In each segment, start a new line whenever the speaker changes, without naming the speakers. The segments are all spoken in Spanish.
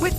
With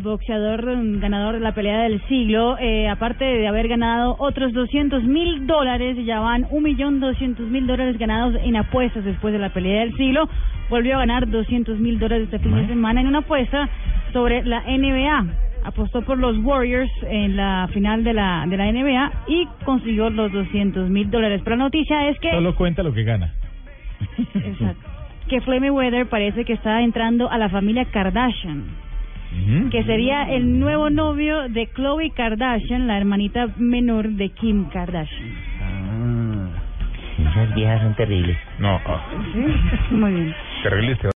Boxeador mm, ganador de la pelea del siglo, eh, aparte de haber ganado otros 200 mil dólares, ya van 1.200.000 dólares ganados en apuestas después de la pelea del siglo, volvió a ganar 200 mil dólares este fin de semana en una apuesta sobre la NBA. Apostó por los Warriors en la final de la, de la NBA y consiguió los 200 mil dólares. Pero la noticia es que...
Solo cuenta lo que gana.
Exacto. Que Weather parece que está entrando a la familia Kardashian que sería el nuevo novio de Khloe Kardashian, la hermanita menor de Kim Kardashian.
Mm, Esas viejas son terribles.
No, oh,
Muy bien.
terrible este